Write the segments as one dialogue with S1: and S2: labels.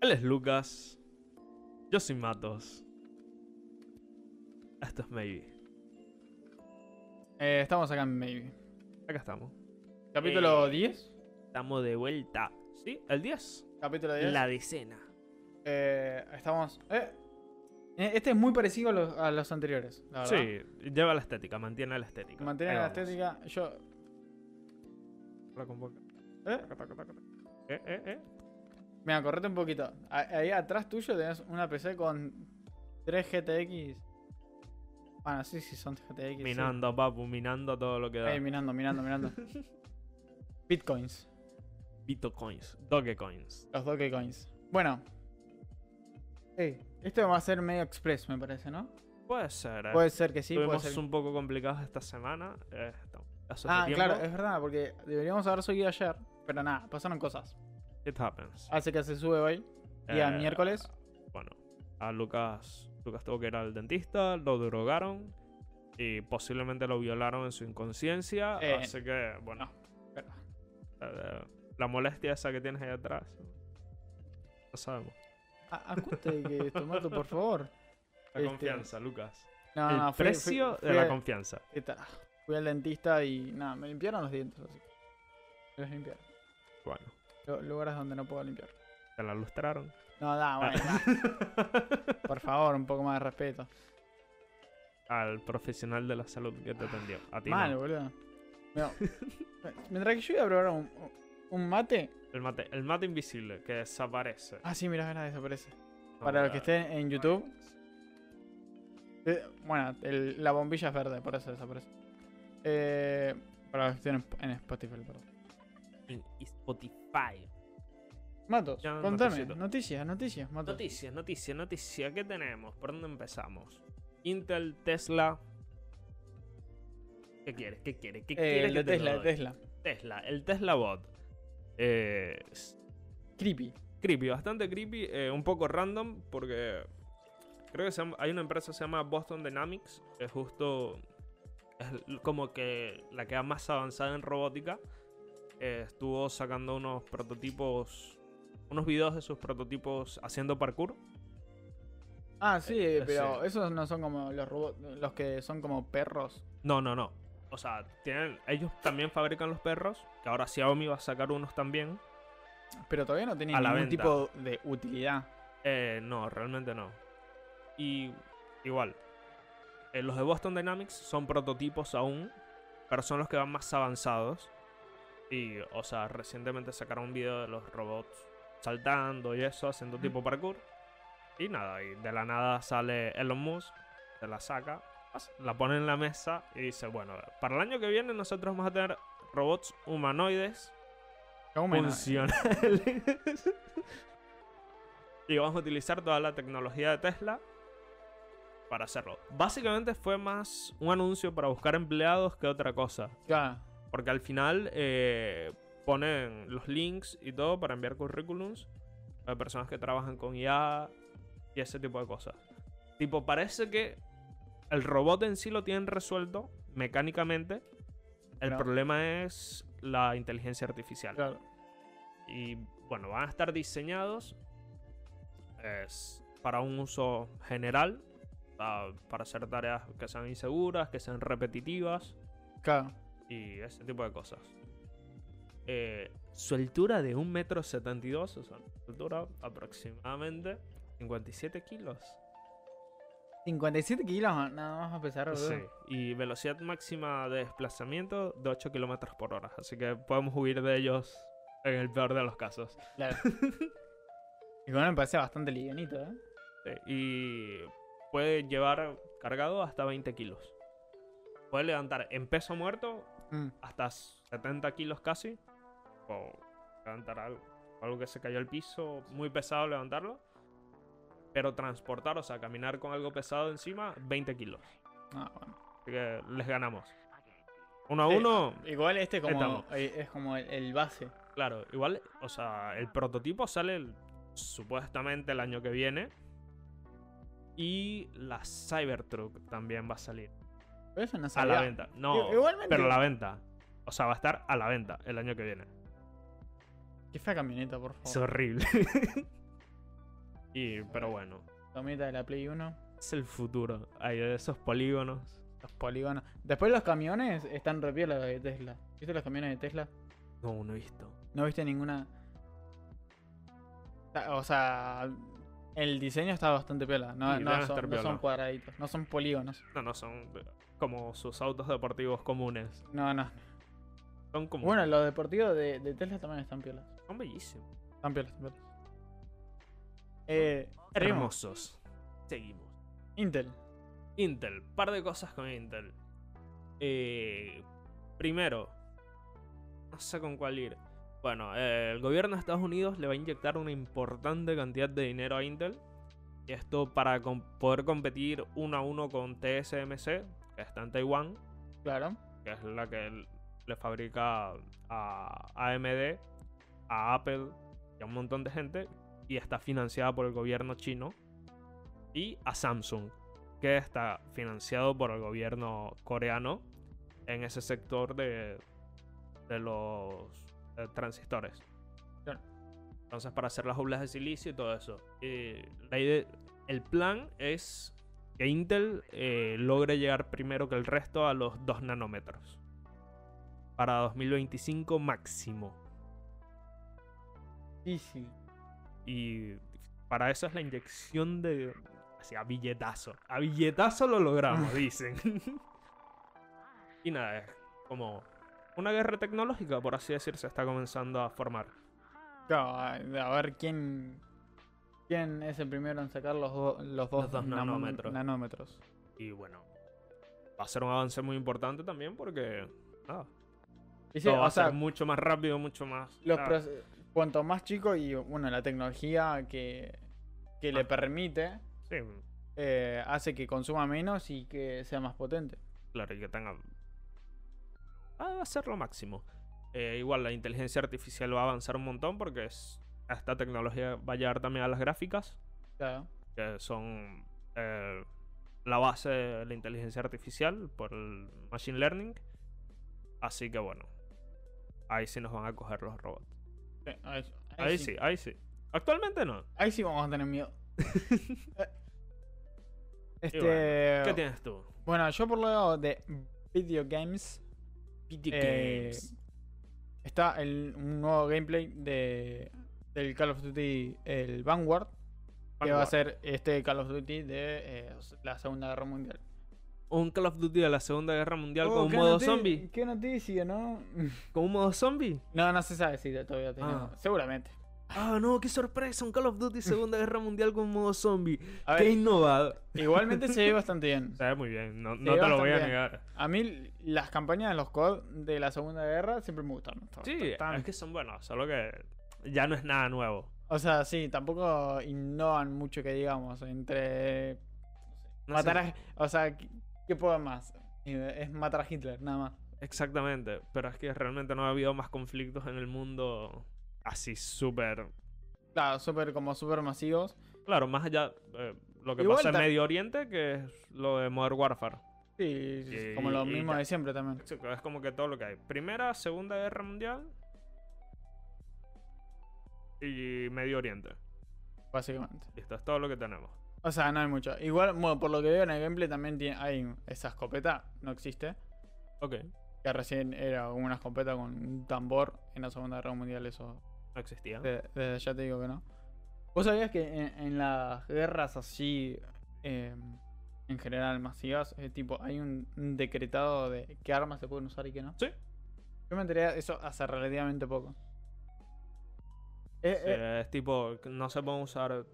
S1: Él es Lucas. Yo soy Matos. Esto es Maybe.
S2: Eh, estamos acá en Maybe.
S1: Acá estamos.
S2: Capítulo 10.
S1: Estamos de vuelta. ¿Sí? ¿El 10?
S2: Capítulo 10.
S1: La decena.
S2: Eh, estamos. eh. Eh, Este es muy parecido a los, a los anteriores, la verdad.
S1: Sí, lleva la estética, mantiene la estética.
S2: Mantener
S1: Ahí
S2: la
S1: vamos.
S2: estética. Yo.
S1: La convoca.
S2: ¿Eh?
S1: Eh, eh, eh.
S2: Mira, correte un poquito. A- Ahí atrás tuyo tenés una PC con 3 GTX. Bueno, sí, sí, son GTX. sí.
S1: Minando, papu, minando todo lo que da.
S2: Ahí, mirando, mirando, mirando. Bitcoins,
S1: Bitcoins, Dogecoins.
S2: los Dogecoins. Bueno. Ey, esto va a ser medio express, me parece, ¿no?
S1: Puede ser. eh.
S2: Puede ser que sí, puede
S1: Estuvimos
S2: ser. que-
S1: un poco complicados esta semana. eh, estamos escasos de
S2: Ah,
S1: tiempo.
S2: claro, es verdad, porque deberíamos haber subido ayer. Pero nada, pasaron cosas.
S1: It happens.
S2: Hace que se sube hoy, día
S1: Eh,
S2: miércoles.
S1: Bueno, a Lucas, Lucas tuvo que ir al dentista, lo drogaron y posiblemente lo violaron en su inconsciencia.
S2: Eh,
S1: así que, bueno,
S2: Pero-
S1: eh, la molestia esa que tienes ahí atrás. No sabemos.
S2: A- Acuérdate Ah, que tomato, por favor.
S1: La
S2: Este,
S1: confianza, Lucas.
S2: No,
S1: El
S2: no, fui- fui-
S1: precio
S2: fui
S1: de la
S2: a-
S1: confianza.
S2: ¿Qué tal? Fui al dentista y nada, me limpiaron los dientes. Así. que Me los limpiaron.
S1: Bueno,
S2: Lu- Lugares donde no puedo limpiar.
S1: te la lustraron. Ah.
S2: No, da, bueno, da. Por favor, un poco más de respeto.
S1: Al profesional de la salud que te atendió. A ti. no.
S2: Mal, boludo. No. Mientras que yo iba a probar un, un mate.
S1: El, mate, el mate invisible que desaparece.
S2: Ah, sí, mirá, mirá, desaparece.
S1: No,
S2: Para los
S1: eh,
S2: que estén en YouTube. eh, bueno, el- la bombilla es verde, por eso desaparece. Eh, para los que estén en- en Spotify, perdón.
S1: en Spotify.
S2: Matos,
S1: Ya,
S2: contame.
S1: Matosito.
S2: Noticias, noticias, Matos.
S1: Noticias, noticias, noticias. ¿Qué tenemos? ¿Por dónde empezamos? Intel, Tesla. ¿Qué quieres? ¿Qué quieres? ¿Qué
S2: Eh,
S1: quieres?
S2: el de
S1: que te
S2: Tesla,
S1: lo
S2: el
S1: doy?
S2: Tesla.
S1: Tesla, el Tesla Bot. Eh, es
S2: Creepy.
S1: creepy, bastante creepy, eh, un poco random porque creo que se llama- hay una empresa que se llama Boston Dynamics, que justo es l- como que la que más avanzada en robótica. eh, estuvo sacando unos prototipos, unos videos de sus prototipos haciendo parkour.
S2: Ah, sí,
S1: Eh,
S2: pero esos no son como los robots, los que son como perros.
S1: No, no, no. O sea, tienen, ellos también fabrican los perros, que ahora Xiaomi va a sacar unos también.
S2: Pero todavía no tienen
S1: A la
S2: ningún
S1: venta.
S2: tipo de utilidad.
S1: Eh, no, realmente no. Y igual, eh, los de Boston Dynamics son prototipos aún, pero son los que van más avanzados. Y, o sea, recientemente sacaron un video de los robots saltando y eso, haciendo tipo parkour. Y nada, y de la nada sale Elon Musk, se la saca, as- la pone en la mesa y dice, bueno, para el año que viene nosotros vamos a tener robots humanoides
S2: Aún menos.
S1: funcionales. y vamos a utilizar toda la tecnología de Tesla para hacerlo. Básicamente fue más un anuncio para buscar empleados que otra cosa.
S2: Claro.
S1: Porque al final eh, ponen los links y todo para enviar currículums a personas que trabajan con IA y ese tipo de cosas. Tipo, parece que el robot en sí lo tienen resuelto mecánicamente. El
S2: Claro.
S1: problema es la inteligencia artificial.
S2: claro.
S1: Y bueno, van a estar diseñados es, para un uso general, pa- para hacer tareas que sean inseguras, que sean repetitivas
S2: Claro.
S1: y ese tipo de cosas. Eh, su altura de 1,72m, o sea, su altura aproximadamente 57 kilos.
S2: 57 kilos nada más a pesar, boludo.
S1: Sí, Y velocidad máxima de desplazamiento de 8 kilómetros por hora. Así que podemos huir de ellos en el peor de los casos.
S2: Claro. y con él me parece bastante livianito, ¿eh?
S1: Sí, Y puede llevar cargado hasta 20 kilos. Puede levantar en peso muerto
S2: Mm.
S1: hasta 70 kilos casi. O levantar algo, algo que se cayó al piso, muy pesado levantarlo. Pero transportar, o sea, caminar con algo pesado encima, 20 kilos.
S2: Ah, bueno.
S1: Así que les ganamos. Uno a
S2: Sí.
S1: uno,
S2: Igual este como,
S1: Estamos.
S2: eh, es como el, el base.
S1: claro, igual, o sea, el prototipo sale el- supuestamente el año que viene. Y la Cybertruck también va a salir.
S2: Pero eso
S1: A
S2: no
S1: la
S2: sabía.
S1: venta. No,
S2: I- Igualmente.
S1: pero a la venta. O sea, va a estar a la venta el año que viene.
S2: Qué fea camioneta, por
S1: Es
S2: favor.
S1: horrible. Y, pero bueno,
S2: Tomita de la Play 1.
S1: es el futuro. Hay de esos polígonos.
S2: Los polígonos. Después los camiones están re piola los de Tesla. ¿Viste los camiones de Tesla?
S1: No, no he visto.
S2: No viste ninguna. Ta- O sea, el diseño está bastante piola. No,
S1: Y
S2: no
S1: deben
S2: son,
S1: estar
S2: no son
S1: piola.
S2: cuadraditos, no son polígonos.
S1: No, no, son eh, como sus autos deportivos comunes.
S2: No, no.
S1: Son como.
S2: Bueno, los deportivos de, de Tesla también están piolas.
S1: son bellísimos.
S2: Están piolas, están piolas. Eh, seguimos.
S1: Hermosos. Seguimos.
S2: Intel.
S1: Intel, par de cosas con Intel. Eh, primero, no sé con cuál ir. Bueno, eh, el gobierno de Estados Unidos le va a inyectar una importante cantidad de dinero a Intel. Y esto para com- poder competir uno a uno con TSMC, que está en Taiwán,
S2: Claro.
S1: que es la que l- le fabrica a AMD, a Apple y a un montón de gente. Y está financiada por el gobierno chino. Y a Samsung, que está financiado por el gobierno coreano en ese sector de, de los eh, transistores.
S2: Claro.
S1: Entonces, para hacer las oblas de silicio y todo eso. Y la ide- el plan es que Intel eh, logre llegar primero que el resto a los 2 nanómetros. Para 2025 máximo.
S2: Easy.
S1: Y para eso es la inyección de... Así, a billetazo. A billetazo lo logramos, dicen. y nada, es como una guerra tecnológica, por así decir, se está comenzando a formar.
S2: Claro, a a ver quién. ¿Quién es el primero en sacar los, do- los dos,
S1: Los dos
S2: nano-
S1: nanómetros.
S2: nanómetros?
S1: Y bueno, va a ser un avance muy importante también porque... nada,
S2: Y sí,
S1: todo va
S2: o
S1: a ser
S2: sea,
S1: mucho más rápido, mucho más... ah,
S2: los
S1: nada.
S2: proce- cuanto más chico y bueno, la tecnología que, que le
S1: Ah.
S2: permite
S1: Sí,
S2: eh, hace que consuma menos y que sea más potente.
S1: claro, y que tenga... Va a ser lo máximo. Eh, igual la inteligencia artificial va a avanzar un montón porque es- esta tecnología va a llegar también a las gráficas.
S2: Claro.
S1: que son eh, la base de la inteligencia artificial por el machine learning. Así que bueno, ahí sí nos van a coger los robots.
S2: Sí, ahí,
S1: Ahí, sí. ahí sí. Actualmente no.
S2: Ahí sí vamos a tener miedo. Eh, este,
S1: ¿Qué
S2: bueno,
S1: tienes tú?
S2: yo por lo lado de video games,
S1: Video
S2: eh,
S1: games.
S2: está el, un nuevo gameplay de del Call of Duty, el Vanguard, que va a
S1: Vanguard.
S2: ser este Call of Duty de eh, la Segunda Guerra Mundial.
S1: Un Call of Duty de la Segunda Guerra Mundial
S2: Oh,
S1: con un
S2: qué
S1: modo
S2: noti-
S1: zombie.
S2: Qué noticia, ¿no?
S1: ¿Con un modo zombie?
S2: No, no se sabe si todavía tenemos.
S1: Ah.
S2: Seguramente.
S1: Ah, no, qué sorpresa. Un Call of Duty Segunda Guerra Mundial con modo zombie.
S2: A
S1: Qué
S2: ver,
S1: innovador.
S2: igualmente se ve bastante bien.
S1: Se ve muy bien, no,
S2: Se
S1: no
S2: ve
S1: te lo voy a
S2: bastante bien.
S1: negar.
S2: A mí las campañas de los COD de la Segunda Guerra siempre me gustaron. Estaban-
S1: Sí,
S2: estaban-
S1: es que son buenos, solo que ya no es nada nuevo.
S2: O sea, sí, tampoco innovan mucho que digamos entre
S1: No sé.
S2: matar a... O sea, ¿qué, qué puedo más? Eh, Es matar a Hitler, nada más.
S1: Exactamente, pero es que realmente no ha habido más conflictos en el mundo así súper...
S2: Claro, súper como súper masivos.
S1: Claro, más allá eh, lo que
S2: Igual
S1: pasa en
S2: tam-
S1: Medio Oriente que es lo de Modern Warfare.
S2: Sí, sí, sí, como
S1: Y-
S2: lo
S1: y
S2: mismo
S1: ya.
S2: de siempre también.
S1: Sí, que Es como que todo lo que hay. Primera, Segunda Guerra Mundial y Medio Oriente.
S2: Básicamente.
S1: Listo, es todo lo que tenemos.
S2: O sea, no hay mucho. Igual, bueno, por lo que veo en el gameplay también tiene, hay esa escopeta, no existe.
S1: Ok,
S2: Que recién era una escopeta con un tambor en la Segunda Guerra Mundial, eso.
S1: no existía.
S2: de- Desde ya te digo que no. ¿Vos sabías que en, en las guerras así, eh, en general masivas, eh, tipo, hay un, un decretado de qué armas se pueden usar y qué no?
S1: Sí.
S2: Yo me enteré de eso hace relativamente poco. Eh,
S1: Sí,
S2: eh,
S1: es tipo, que no se pueden usar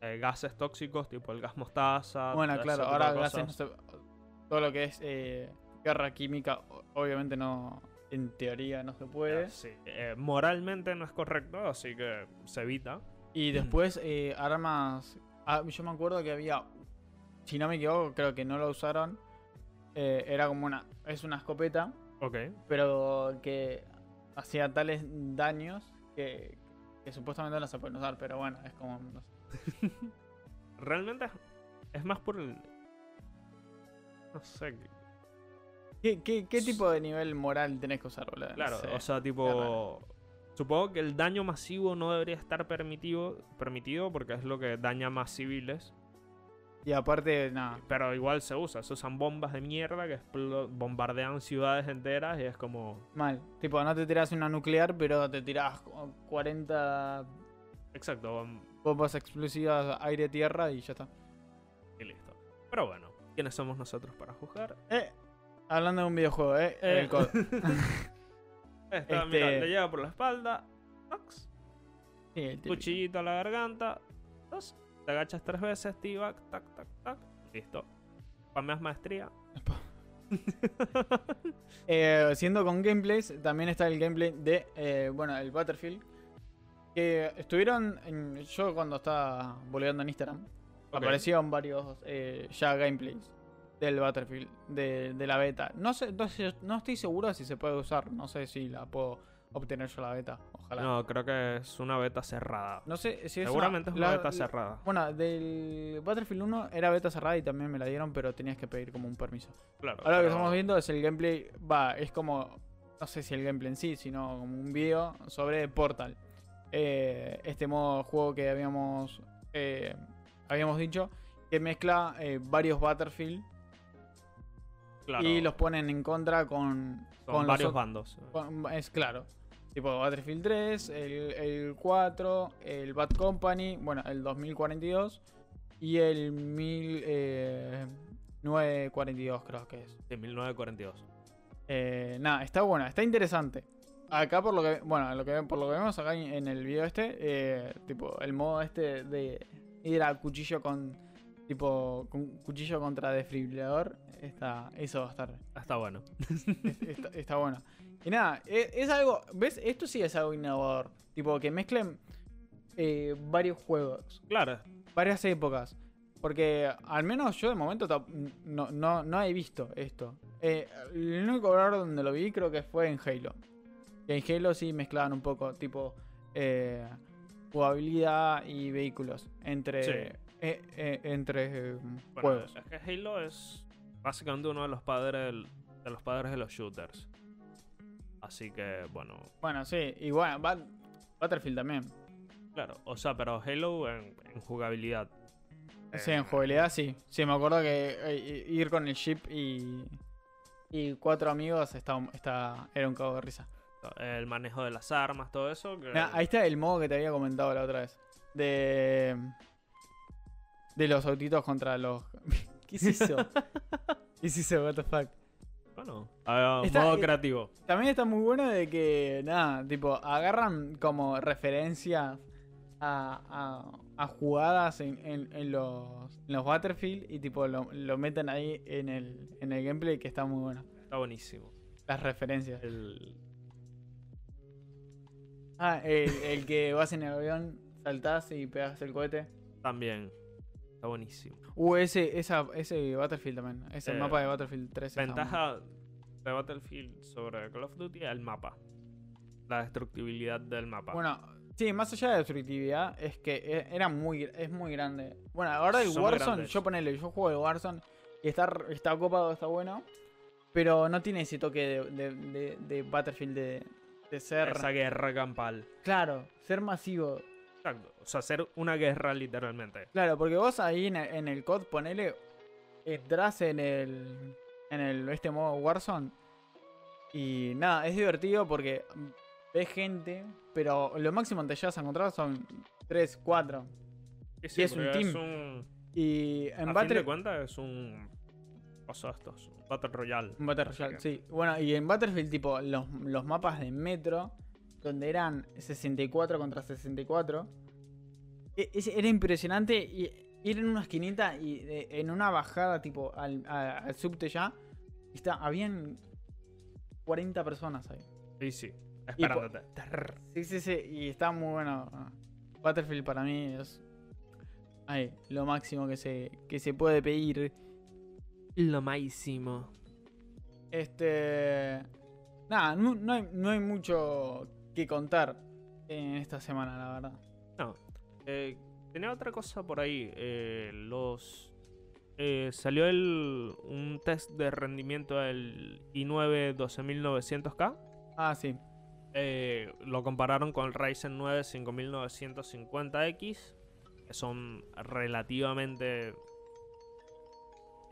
S1: eh, gases tóxicos, tipo el gas mostaza.
S2: bueno,
S1: ese
S2: claro,
S1: tipo de
S2: ahora
S1: cosas.
S2: gases no se- Todo lo que es eh, guerra química, o- obviamente no. En teoría no se puede.
S1: Eh, sí, eh, moralmente no es correcto, así que se evita.
S2: Y después eh, armas. ah, yo me acuerdo que había. Si no me equivoco, creo que no lo usaron. eh, era como una. Es una escopeta,
S1: Ok.
S2: pero que hacía tales daños que, que supuestamente no se pueden usar, pero bueno, es como. no sé.
S1: Realmente es, es más por el. No sé.
S2: ¿Qué, qué, qué tipo de nivel moral tenés que usar, boludo? No
S1: Claro,
S2: sé.
S1: o sea,
S2: qué
S1: tipo.
S2: raro.
S1: Supongo que el daño masivo no debería estar permitido, permitido porque es lo que daña más civiles.
S2: Y aparte, nada.
S1: Pero igual se usa. Se usan bombas de mierda que explo- bombardean ciudades enteras y es como.
S2: Mal. Tipo, no te tirás una nuclear, pero te tirás cu- 40
S1: Exacto, bom-
S2: bombas explosivas aire-tierra y ya está.
S1: y listo. Pero bueno, ¿quiénes somos nosotros para juzgar?
S2: Eh, hablando de un videojuego, eh.
S1: Eh.
S2: El COD.
S1: Esta,
S2: Este-
S1: mira, le llega por la espalda. Nox.
S2: Sí, el típico.
S1: Cuchillito a la garganta. Dos. Te agachas tres veces, T-Back. Tac, tac, tac. Listo. Spameas maestría.
S2: Eh, siendo con gameplays, también está el gameplay de, eh, bueno, el Battlefield. Que estuvieron, en- yo cuando estaba boleando en Instagram,
S1: Ok.
S2: aparecieron varios eh, ya gameplays del Battlefield, de, de la beta. No sé, no, sé- no estoy seguro si se puede usar, no sé si la puedo obtener yo la beta, ojalá. No,
S1: No, creo que es una beta cerrada.
S2: sé si es una-
S1: Seguramente es una
S2: la-
S1: beta
S2: la-
S1: cerrada.
S2: Bueno, del Battlefield 1 era beta cerrada y también me la dieron, pero tenías que pedir como un permiso.
S1: Claro.
S2: Ahora lo que
S1: pero-
S2: estamos viendo es el gameplay, va, es como, no sé si el gameplay en sí, sino como un video sobre Portal. Eh, este modo juego que habíamos, eh, habíamos dicho, que mezcla eh, varios Battlefield
S1: claro,
S2: y los ponen en contra con,
S1: son
S2: con los
S1: varios
S2: o-
S1: bandos. eh,
S2: con- es claro. Tipo Battlefield 3, el, el 4, el Bad Company, bueno, el 2042 y el eh, 1942 creo que es.
S1: De 1942.
S2: Eh, nada, está buena, está interesante. Acá por lo que bueno, lo que por lo que vemos acá en en el video este, eh, tipo, el modo este de ir a cuchillo con tipo con cuchillo contra desfibrilador, está, eso va a estar,
S1: Está bueno.
S2: es- está, está bueno. Y nada, e- es, algo, ¿ves? Esto sí es algo innovador. Tipo, que mezclen eh, varios juegos,
S1: Claro,
S2: varias épocas. Porque al menos yo de momento ta- no, no, no he visto esto. Eh, el único lugar donde lo vi creo que fue en Halo. Que en Halo sí mezclaban un poco, tipo, eh, jugabilidad y vehículos entre,
S1: Sí.
S2: eh, eh, entre eh,
S1: bueno,
S2: juegos.
S1: es que Halo es básicamente uno de los padres del- de los padres de los shooters. Así que, bueno,
S2: Bueno, sí, y bueno, Bat- Battlefield también.
S1: claro. O sea, pero Halo en, en jugabilidad.
S2: Sí, en
S1: Eh,
S2: jugabilidad sí. Sí, me acuerdo que eh, ir con el ship y, y cuatro amigos está, está, era un cago de risa.
S1: El manejo de las armas, todo eso. que-
S2: Nah, ahí está el modo que te había comentado la otra vez. De. De los autitos contra los. ¿Qué es eso? ¿Qué es eso? What the fuck?
S1: Bueno, ah,
S2: Está-
S1: modo
S2: eh,
S1: creativo.
S2: También está muy bueno de que, nada, tipo, agarran como referencias a, a- a jugadas en, en- en los, en los Battlefield y, tipo, lo, lo meten ahí en el, en el gameplay que está muy bueno.
S1: Está buenísimo.
S2: Las referencias.
S1: El,
S2: Ah, el, el que vas en el avión, saltás y pegas el cohete.
S1: también. Está buenísimo.
S2: Uh, ese, esa, ese Battlefield también. Ese
S1: Eh,
S2: mapa de Battlefield 3. está
S1: Ventaja de Battlefield sobre Call of Duty el mapa. La destructibilidad del mapa.
S2: muy- Bueno, sí, más allá de la destructividad, es que e- era muy, es muy grande. Bueno, ahora el
S1: Son muy
S2: Warzone,
S1: grandes.
S2: yo ponele, yo juego el Warzone y está, r- está copado, está bueno. Pero no tiene ese toque de, de- de- de Battlefield de, de ser.
S1: Esa guerra campal.
S2: Claro, ser masivo.
S1: Exacto. O sea, hacer una guerra literalmente.
S2: Claro, porque vos ahí en el, en el COD, ponele, entras en el, en el este modo Warzone y nada, es divertido porque ves gente, pero lo máximo que te llegas a encontrar son 3, 4.
S1: sí,
S2: es un
S1: porque
S2: team.
S1: un-
S2: Y en
S1: a fin
S2: Battle,
S1: de cuentas es un. Pasó esto, es un Battle Royale.
S2: en Battle Royale, sí. Bueno, y en Battlefield, tipo, los, los mapas de Metro, donde eran 64 contra 64, e- ese era impresionante y ir en una esquinita y eh, en una bajada, tipo, al, a- al subte ya, está, habían 40 personas ahí.
S1: Sí, sí. Esperándote. Tarr.
S2: Sí, sí, sí, y está muy bueno. Battlefield para mí es ahí, lo máximo que se, que se puede pedir.
S1: Lo máximo.
S2: Este. Nada, no, no hay, no hay mucho que contar en esta semana, la verdad.
S1: Eh, tenía otra cosa por ahí. eh, los. eh, salió el, un test de rendimiento del i9 12900K.
S2: Ah, sí.
S1: eh, lo compararon con el Ryzen 9 5950X, que son relativamente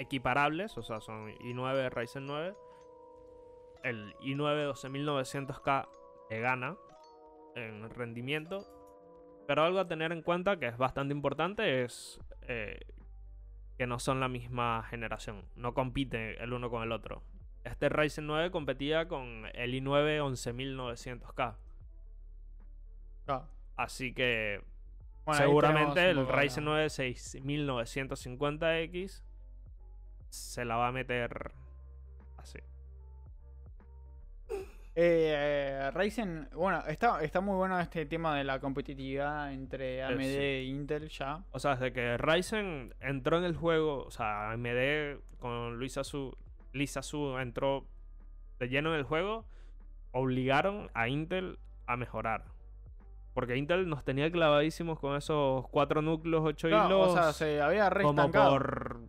S1: equiparables, o sea, son i9 Ryzen 9. El i9 12900K le gana en rendimiento, pero algo a tener en cuenta que es bastante importante es eh, que no son la misma generación, no compiten el uno con el otro. Este Ryzen 9 competía con el i9 11900K.
S2: Claro.
S1: Así que
S2: Bueno, ahí
S1: seguramente
S2: tenemos un
S1: el
S2: poco la-
S1: Ryzen 9 6950X se la va a meter así.
S2: Eh, Ryzen, bueno, está, está muy bueno este tema de la competitividad entre AMD
S1: Eh, sí.
S2: e Intel ya.
S1: O sea, desde que Ryzen entró en el juego, o sea, AMD con Luisa Su, Lisa Su entró de lleno en el juego, obligaron a Intel a mejorar. Porque Intel nos tenía clavadísimos con esos cuatro núcleos, ocho
S2: Claro,
S1: hilos,
S2: o sea, se había
S1: como
S2: restancado
S1: por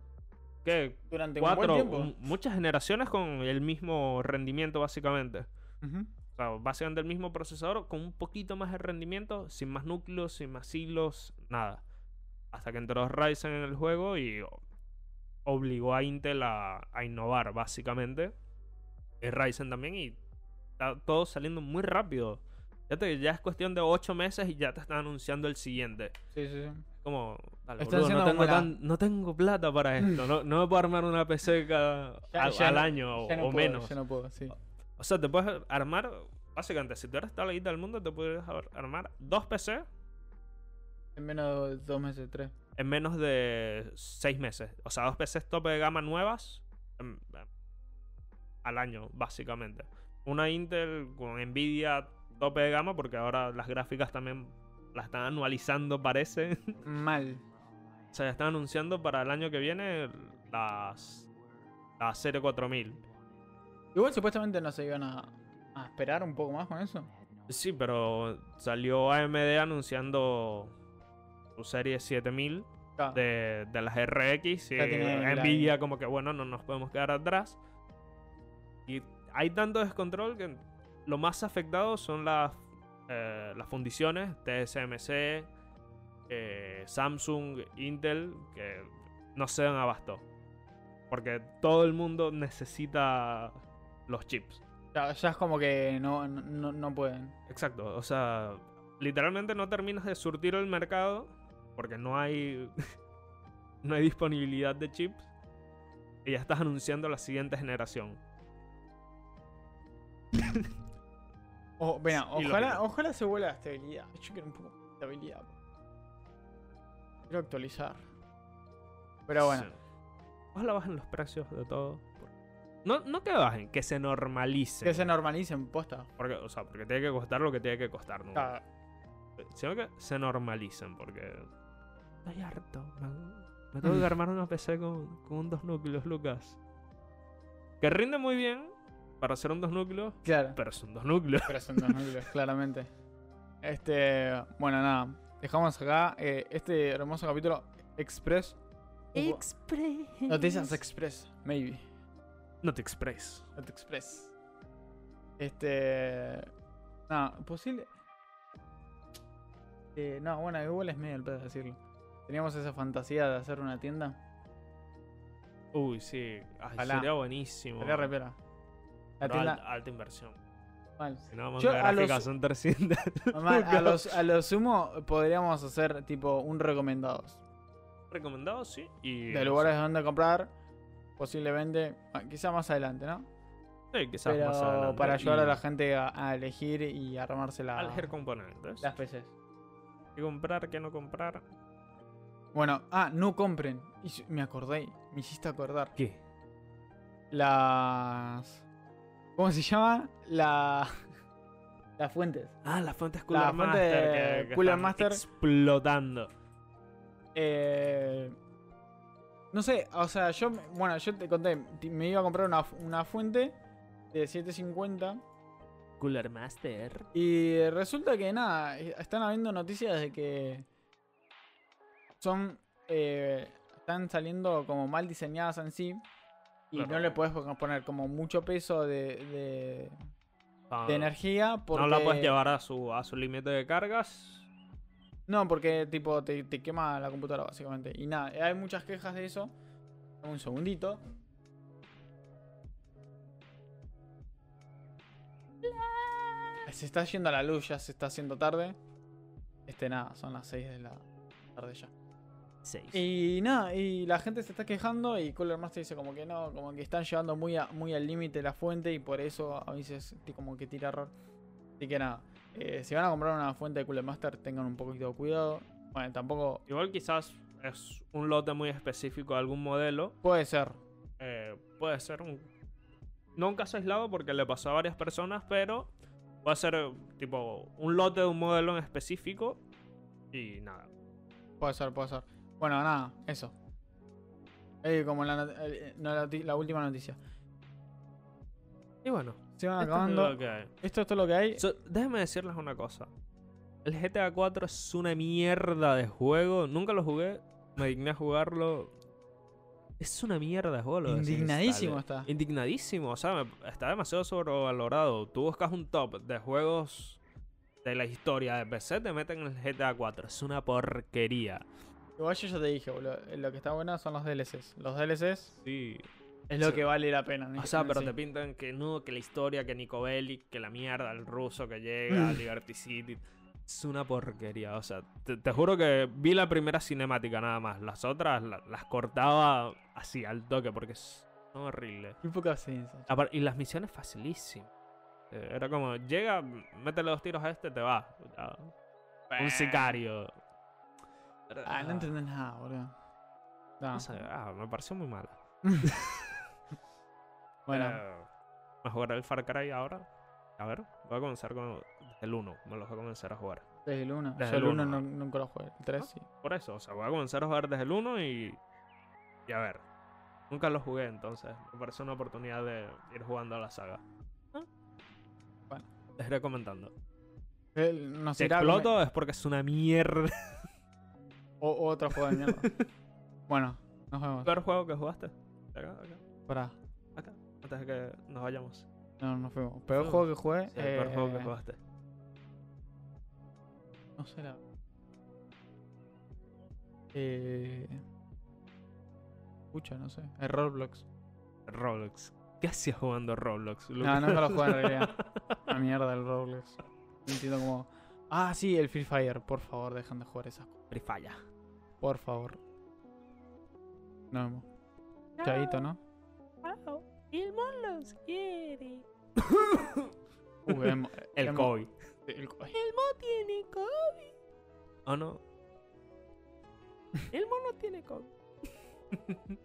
S1: ¿qué?
S2: durante
S1: Cuatro,
S2: un buen
S1: m-
S2: tiempo.
S1: muchas generaciones con el mismo rendimiento básicamente.
S2: Ujú.
S1: O sea, básicamente el mismo procesador con un poquito más de rendimiento, sin más núcleos, sin más hilos, nada. Hasta que entró Ryzen en el juego y o- obligó a Intel a, a innovar, básicamente. Y Ryzen también, y está todo saliendo muy rápido. Ya, te- ya es cuestión de 8 meses y ya te están anunciando el siguiente.
S2: Sí, sí, sí.
S1: Como, dale,
S2: Están
S1: boludo,
S2: haciendo
S1: no, tengo
S2: como la- Mm.
S1: tan- no tengo plata para esto. no, no me puedo armar una PC ca-
S2: Ya-
S1: al,
S2: ya
S1: al
S2: no-
S1: año o,
S2: Ya no
S1: o
S2: puedo,
S1: menos.
S2: ya no puedo, sí.
S1: O sea, te puedes armar. Básicamente, si tú eres toda la guita del mundo, te puedes ar- armar dos PC
S2: En menos de dos meses, tres.
S1: en menos de seis meses. O sea, dos PCs tope de gama nuevas em, em, al año, básicamente. Una Intel con Nvidia tope de gama, porque ahora las gráficas también las están anualizando, parece.
S2: Mal.
S1: O sea, ya están anunciando para el año que viene las, las 04000.
S2: Igual supuestamente no se iban a, a esperar un poco más con eso.
S1: Sí, pero salió AMD anunciando su serie 7000
S2: Claro.
S1: de, de las RX y
S2: Ya tiene la-
S1: Nvidia como que bueno, no nos podemos quedar atrás. Y hay tanto descontrol que lo más afectado son las, eh, las fundiciones, TSMC, eh, Samsung, Intel, que no se dan abasto. Porque todo el mundo necesita los chips.
S2: Ya, ya es como que no, no, no pueden.
S1: Exacto, o sea, literalmente no terminas de surtir el mercado porque no hay no hay disponibilidad de chips y ya estás anunciando la siguiente generación.
S2: O, mira,
S1: Y lo
S2: ojalá,
S1: mismo.
S2: ojalá se vuelva la estabilidad. Yo quiero un poco de estabilidad. Quiero actualizar. Pero bueno.
S1: Sí. Ojalá bajen los precios de todo. No, no que bajen, que se normalice.
S2: Que se normalicen, posta.
S1: Porque, o sea, porque tiene que costar lo que tiene que costar, ¿no?
S2: Claro.
S1: Sino que se normalicen, porque. Estoy harto. Me, me tengo que armar una PC con, con dos núcleos, Lucas. Que rinde muy bien para hacer un dos núcleos,
S2: Claro.
S1: pero son dos núcleos.
S2: Pero son dos núcleos, claramente. Este. Bueno, nada. Dejamos acá eh, este hermoso capítulo Express. Un po-
S1: Express.
S2: Noticias Express, maybe.
S1: Not Express.
S2: Not Express. Este. No, posible. Eh, no, bueno, igual es medio el pedo decirlo. Teníamos esa fantasía de hacer una tienda.
S1: Uy, sí. Ay,
S2: Ojalá.
S1: sería buenísimo.
S2: Sería repera. La
S1: Oh. Pero al-
S2: tienda.
S1: alta inversión.
S2: mal.
S1: Si no,
S2: Yo
S1: manga
S2: a
S1: gráfica
S2: los-
S1: son 300.
S2: Mal, a,
S1: Lucas.
S2: los, a lo sumo podríamos hacer tipo un recomendados.
S1: Recomendado, sí. Y,
S2: De lugares donde comprar. Posiblemente. ah, Quizá más adelante, ¿no?
S1: sí, quizás
S2: Pero
S1: más adelante.
S2: para ayudar
S1: Y
S2: a la gente a, a elegir y a armarse la-
S1: a elegir componentes.
S2: las PCs.
S1: ¿Qué comprar, qué no comprar?
S2: Bueno, ah, no compren. Y yo- me acordé, me hiciste acordar.
S1: ¿Qué?
S2: Las. ¿Cómo se llama? La. Las fuentes.
S1: Ah, las fuentes Cooler
S2: La fuente
S1: Master.
S2: de
S1: que- que
S2: Cooler
S1: están
S2: Master.
S1: Explotando.
S2: Eh, no sé, o sea, yo. me- Bueno, yo te conté, ti- me iba a comprar una, fu- una fuente de 750.
S1: Cooler Master.
S2: Y resulta que nada, e- están habiendo noticias de que son. eh, están saliendo como mal diseñadas en sí. Y
S1: Claro.
S2: no le puedes poner como mucho peso de. de,
S1: Ah,
S2: de energía porque...
S1: No la puedes llevar a su, a su límite de cargas.
S2: No, porque tipo te, te quema la computadora básicamente. Y nada, hay muchas quejas de eso. Dame Un segundito. Se está yendo a la luz, ya se está haciendo tarde. Este nada, son las 6 de la tarde ya.
S1: 6.
S2: Y nada, y la gente se está quejando y Cooler Master dice como que no, como que están llevando muy, a- muy al límite la fuente y por eso a veces te- como que tira error. Así que nada, eh, si van a comprar una fuente de Cooler Master tengan un poquito de cuidado. Bueno, tampoco
S1: Igual quizás es un lote muy específico de algún modelo.
S2: puede ser.
S1: Eh, puede ser un. No un caso aislado porque le pasó a varias personas, pero puede ser eh, tipo un lote de un modelo en específico. Y nada.
S2: Puede ser, puede ser. Bueno, nada, eso. Eh, como la, not- eh, no, la, noti- la última noticia.
S1: Y bueno,
S2: Se van
S1: esto es
S2: acabando.
S1: lo que hay.
S2: Esto es todo lo que hay.
S1: So, déjenme decirles una cosa. El GTA 4 es una mierda de juego. Nunca lo jugué. Me digné a jugarlo. Es una mierda de juego. lo desinstalé.
S2: Indignadísimo está.
S1: Indignadísimo. O sea, me- está demasiado sobrevalorado. Tú buscas un top de juegos de la historia de PC, te meten en el GTA 4. Es una porquería.
S2: Igual yo ya te dije, boludo. eh, Lo que está bueno son los DLCs. Los DLCs
S1: Sí.
S2: es lo
S1: Sí.
S2: que vale la pena. ¿no?
S1: O sea,
S2: En
S1: pero
S2: sí.
S1: te pintan que no, que la historia, que Nico Bellic, que la mierda, el ruso que
S2: Mm.
S1: llega, Liberty City. Es una porquería. O sea, te, te juro que vi la primera cinemática nada más. Las otras la- las cortaba así al toque porque es horrible.
S2: Qué poca ciencia.
S1: Apar- Y las misiones facilísimas. Eh, Era como, llega, métele dos tiros a este, te va. Ya. Un sicario. Pero,
S2: Ah, no entendés nada, boludo. No.
S1: no sé, ah, me pareció muy mala.
S2: Bueno,
S1: Eh, voy a jugar el Far Cry ahora. A ver, voy a comenzar con el 1. Me lo voy a comenzar a jugar.
S2: desde el 1.
S1: desde
S2: Yo el
S1: el
S2: 1
S1: uno. Ah.
S2: nunca lo jugué. El 3 sí.
S1: Por eso, o sea, voy a comenzar a jugar desde el 1 y. Y a ver. Nunca lo jugué, entonces me parece una oportunidad de ir jugando a la saga. Ah.
S2: Bueno.
S1: Les iré comentando.
S2: El- Nos
S1: Si
S2: irá bien-
S1: exploto es porque es una mierda.
S2: O, o otro juego de mierda. bueno, nos
S1: ¿El
S2: vemos.
S1: peor juego que jugaste? Acá, acá,
S2: Pará.
S1: acá. Antes de que nos vayamos.
S2: No, nos fuimos. Peor
S1: fuimos.
S2: juego que jugué.
S1: Sí, el peor juego que
S2: eh,
S1: jugaste.
S2: No sé la. Eh. Pucha, no sé. El Roblox.
S1: Roblox. ¿Qué hacías jugando Roblox?
S2: No, nunca lo jugué en realidad. Una mierda el Roblox. No entiendo cómo. Ah, sí, el Free Fire. Por favor, dejan de jugar esas cosas.
S1: Free Fire.
S2: Por favor. Nos vemos. Chavito, ¿no?
S3: Wow, Gilmore los quiere.
S2: Uh, emo-
S1: El
S2: emo-
S1: COVID.
S2: el co-
S3: Elmo tiene COVID.
S1: ¿O no?
S3: Elmo no tiene COVID.